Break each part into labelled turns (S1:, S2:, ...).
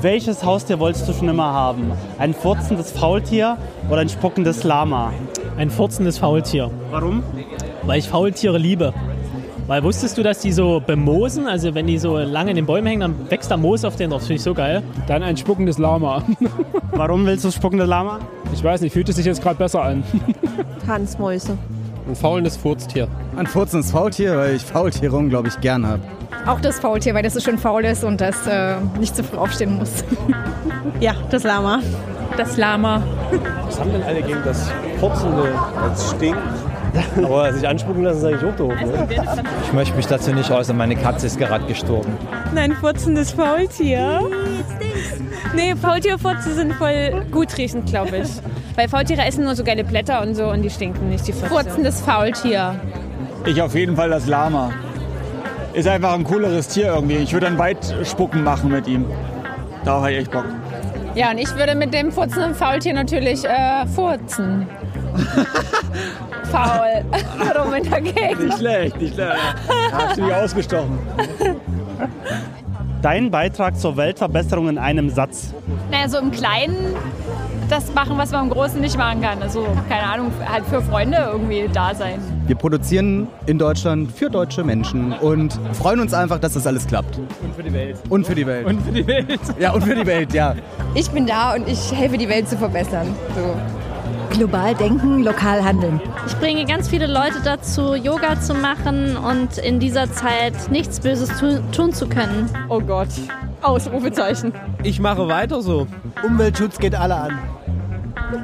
S1: Welches Haustier wolltest du schon immer haben? Ein furzendes Faultier oder ein spuckendes Lama?
S2: Ein furzendes Faultier,
S1: Warum?
S2: weil ich Faultiere liebe. Weil wusstest du, dass die so bemoosen? Also wenn die so lange in den Bäumen hängen, dann wächst da Moos auf denen drauf. Das finde ich so geil.
S3: Dann ein spuckendes Lama.
S1: Warum willst du das spuckende Lama?
S3: Ich weiß nicht, fühlt es sich jetzt gerade besser an.
S4: Tanzmäuse.
S5: Ein faulendes Furztier.
S6: Ein furzendes Faultier, weil ich Faultiere unglaublich gern habe.
S7: Auch das Faultier, weil das so schön faul ist und das äh, nicht zu früh aufstehen muss.
S4: Ja, das Lama.
S8: Das Lama.
S5: Was haben denn alle gegen das Furzende? Das stinkt. Aber sich anspucken lassen, sage ich auch doof. Ne?
S9: Ich möchte mich dazu nicht äußern, meine Katze ist gerade gestorben.
S8: Nein, furzendes Faultier. Nee, Faultierfurze sind voll gut riechend, glaube ich. Weil Faultiere essen nur so geile Blätter und so und die stinken nicht, die Furze.
S7: Furzendes Faultier.
S10: Ich auf jeden Fall das Lama. Ist einfach ein cooleres Tier irgendwie. Ich würde dann Weitspucken machen mit ihm. Da habe ich echt Bock.
S7: Ja, und ich würde mit dem furzenden Faultier natürlich äh, furzen. Faul. Rum in der Gegend.
S10: Nicht schlecht, nicht schlecht. Hast du mich ausgestochen.
S1: Dein Beitrag zur Weltverbesserung in einem Satz.
S8: Naja, so im Kleinen das machen, was man im Großen nicht machen kann. Also, keine Ahnung, halt für Freunde irgendwie da sein.
S6: Wir produzieren in Deutschland für deutsche Menschen und freuen uns einfach, dass das alles klappt. Und für die Welt. Und für die Welt. Und für die Welt. Ja, und für die Welt, ja.
S7: Ich bin da und ich helfe die Welt zu verbessern. So.
S11: Global denken, lokal handeln.
S8: Ich bringe ganz viele Leute dazu, Yoga zu machen und in dieser Zeit nichts Böses tun zu können.
S4: Oh Gott. Ausrufezeichen.
S5: Ich mache weiter so.
S9: Umweltschutz geht alle an.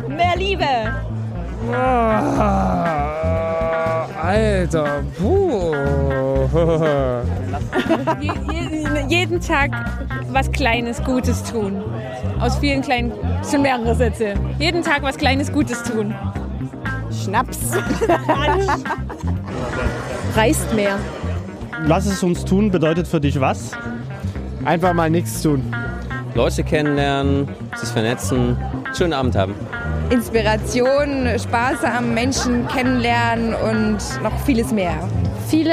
S8: Mehr Liebe!
S3: Ah, Alter, puh.
S8: Je, je, jeden Tag was Kleines Gutes tun. Aus vielen kleinen, schon mehrere Sätze. Jeden Tag was Kleines Gutes tun.
S4: Schnaps. Reist mehr.
S1: Lass es uns tun bedeutet für dich was?
S3: Einfach mal nichts tun.
S5: Leute kennenlernen, Mhm. sich vernetzen, schönen Abend haben.
S7: Inspiration, Spaß am Menschen kennenlernen und noch vieles mehr.
S8: Viele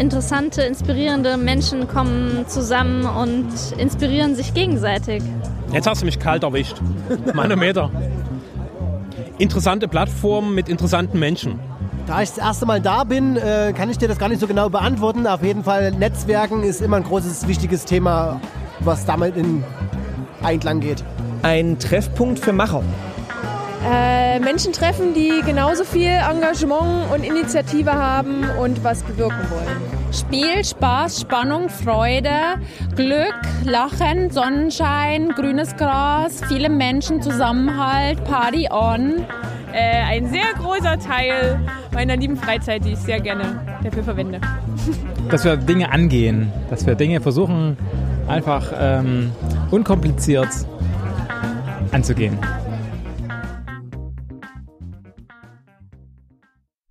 S8: interessante, inspirierende Menschen kommen zusammen und inspirieren sich gegenseitig.
S2: Jetzt hast du mich kalt erwischt. Manometer. Interessante Plattformen mit interessanten Menschen.
S9: Da ich das erste Mal da bin, äh, kann ich dir das gar nicht so genau beantworten. Auf jeden Fall, Netzwerken ist immer ein großes, wichtiges Thema, was damit in Einklang geht.
S2: Ein Treffpunkt für Macher.
S7: Äh, Menschen treffen, die genauso viel Engagement und Initiative haben und was bewirken wollen.
S8: Spiel, Spaß, Spannung, Freude, Glück, Lachen, Sonnenschein, grünes Gras, viele Menschen, Zusammenhalt, Party on.
S11: Äh, ein sehr großer Teil meiner lieben Freizeit, die ich sehr gerne dafür verwende.
S12: Dass wir Dinge angehen, dass wir Dinge versuchen, einfach ähm, unkompliziert anzugehen.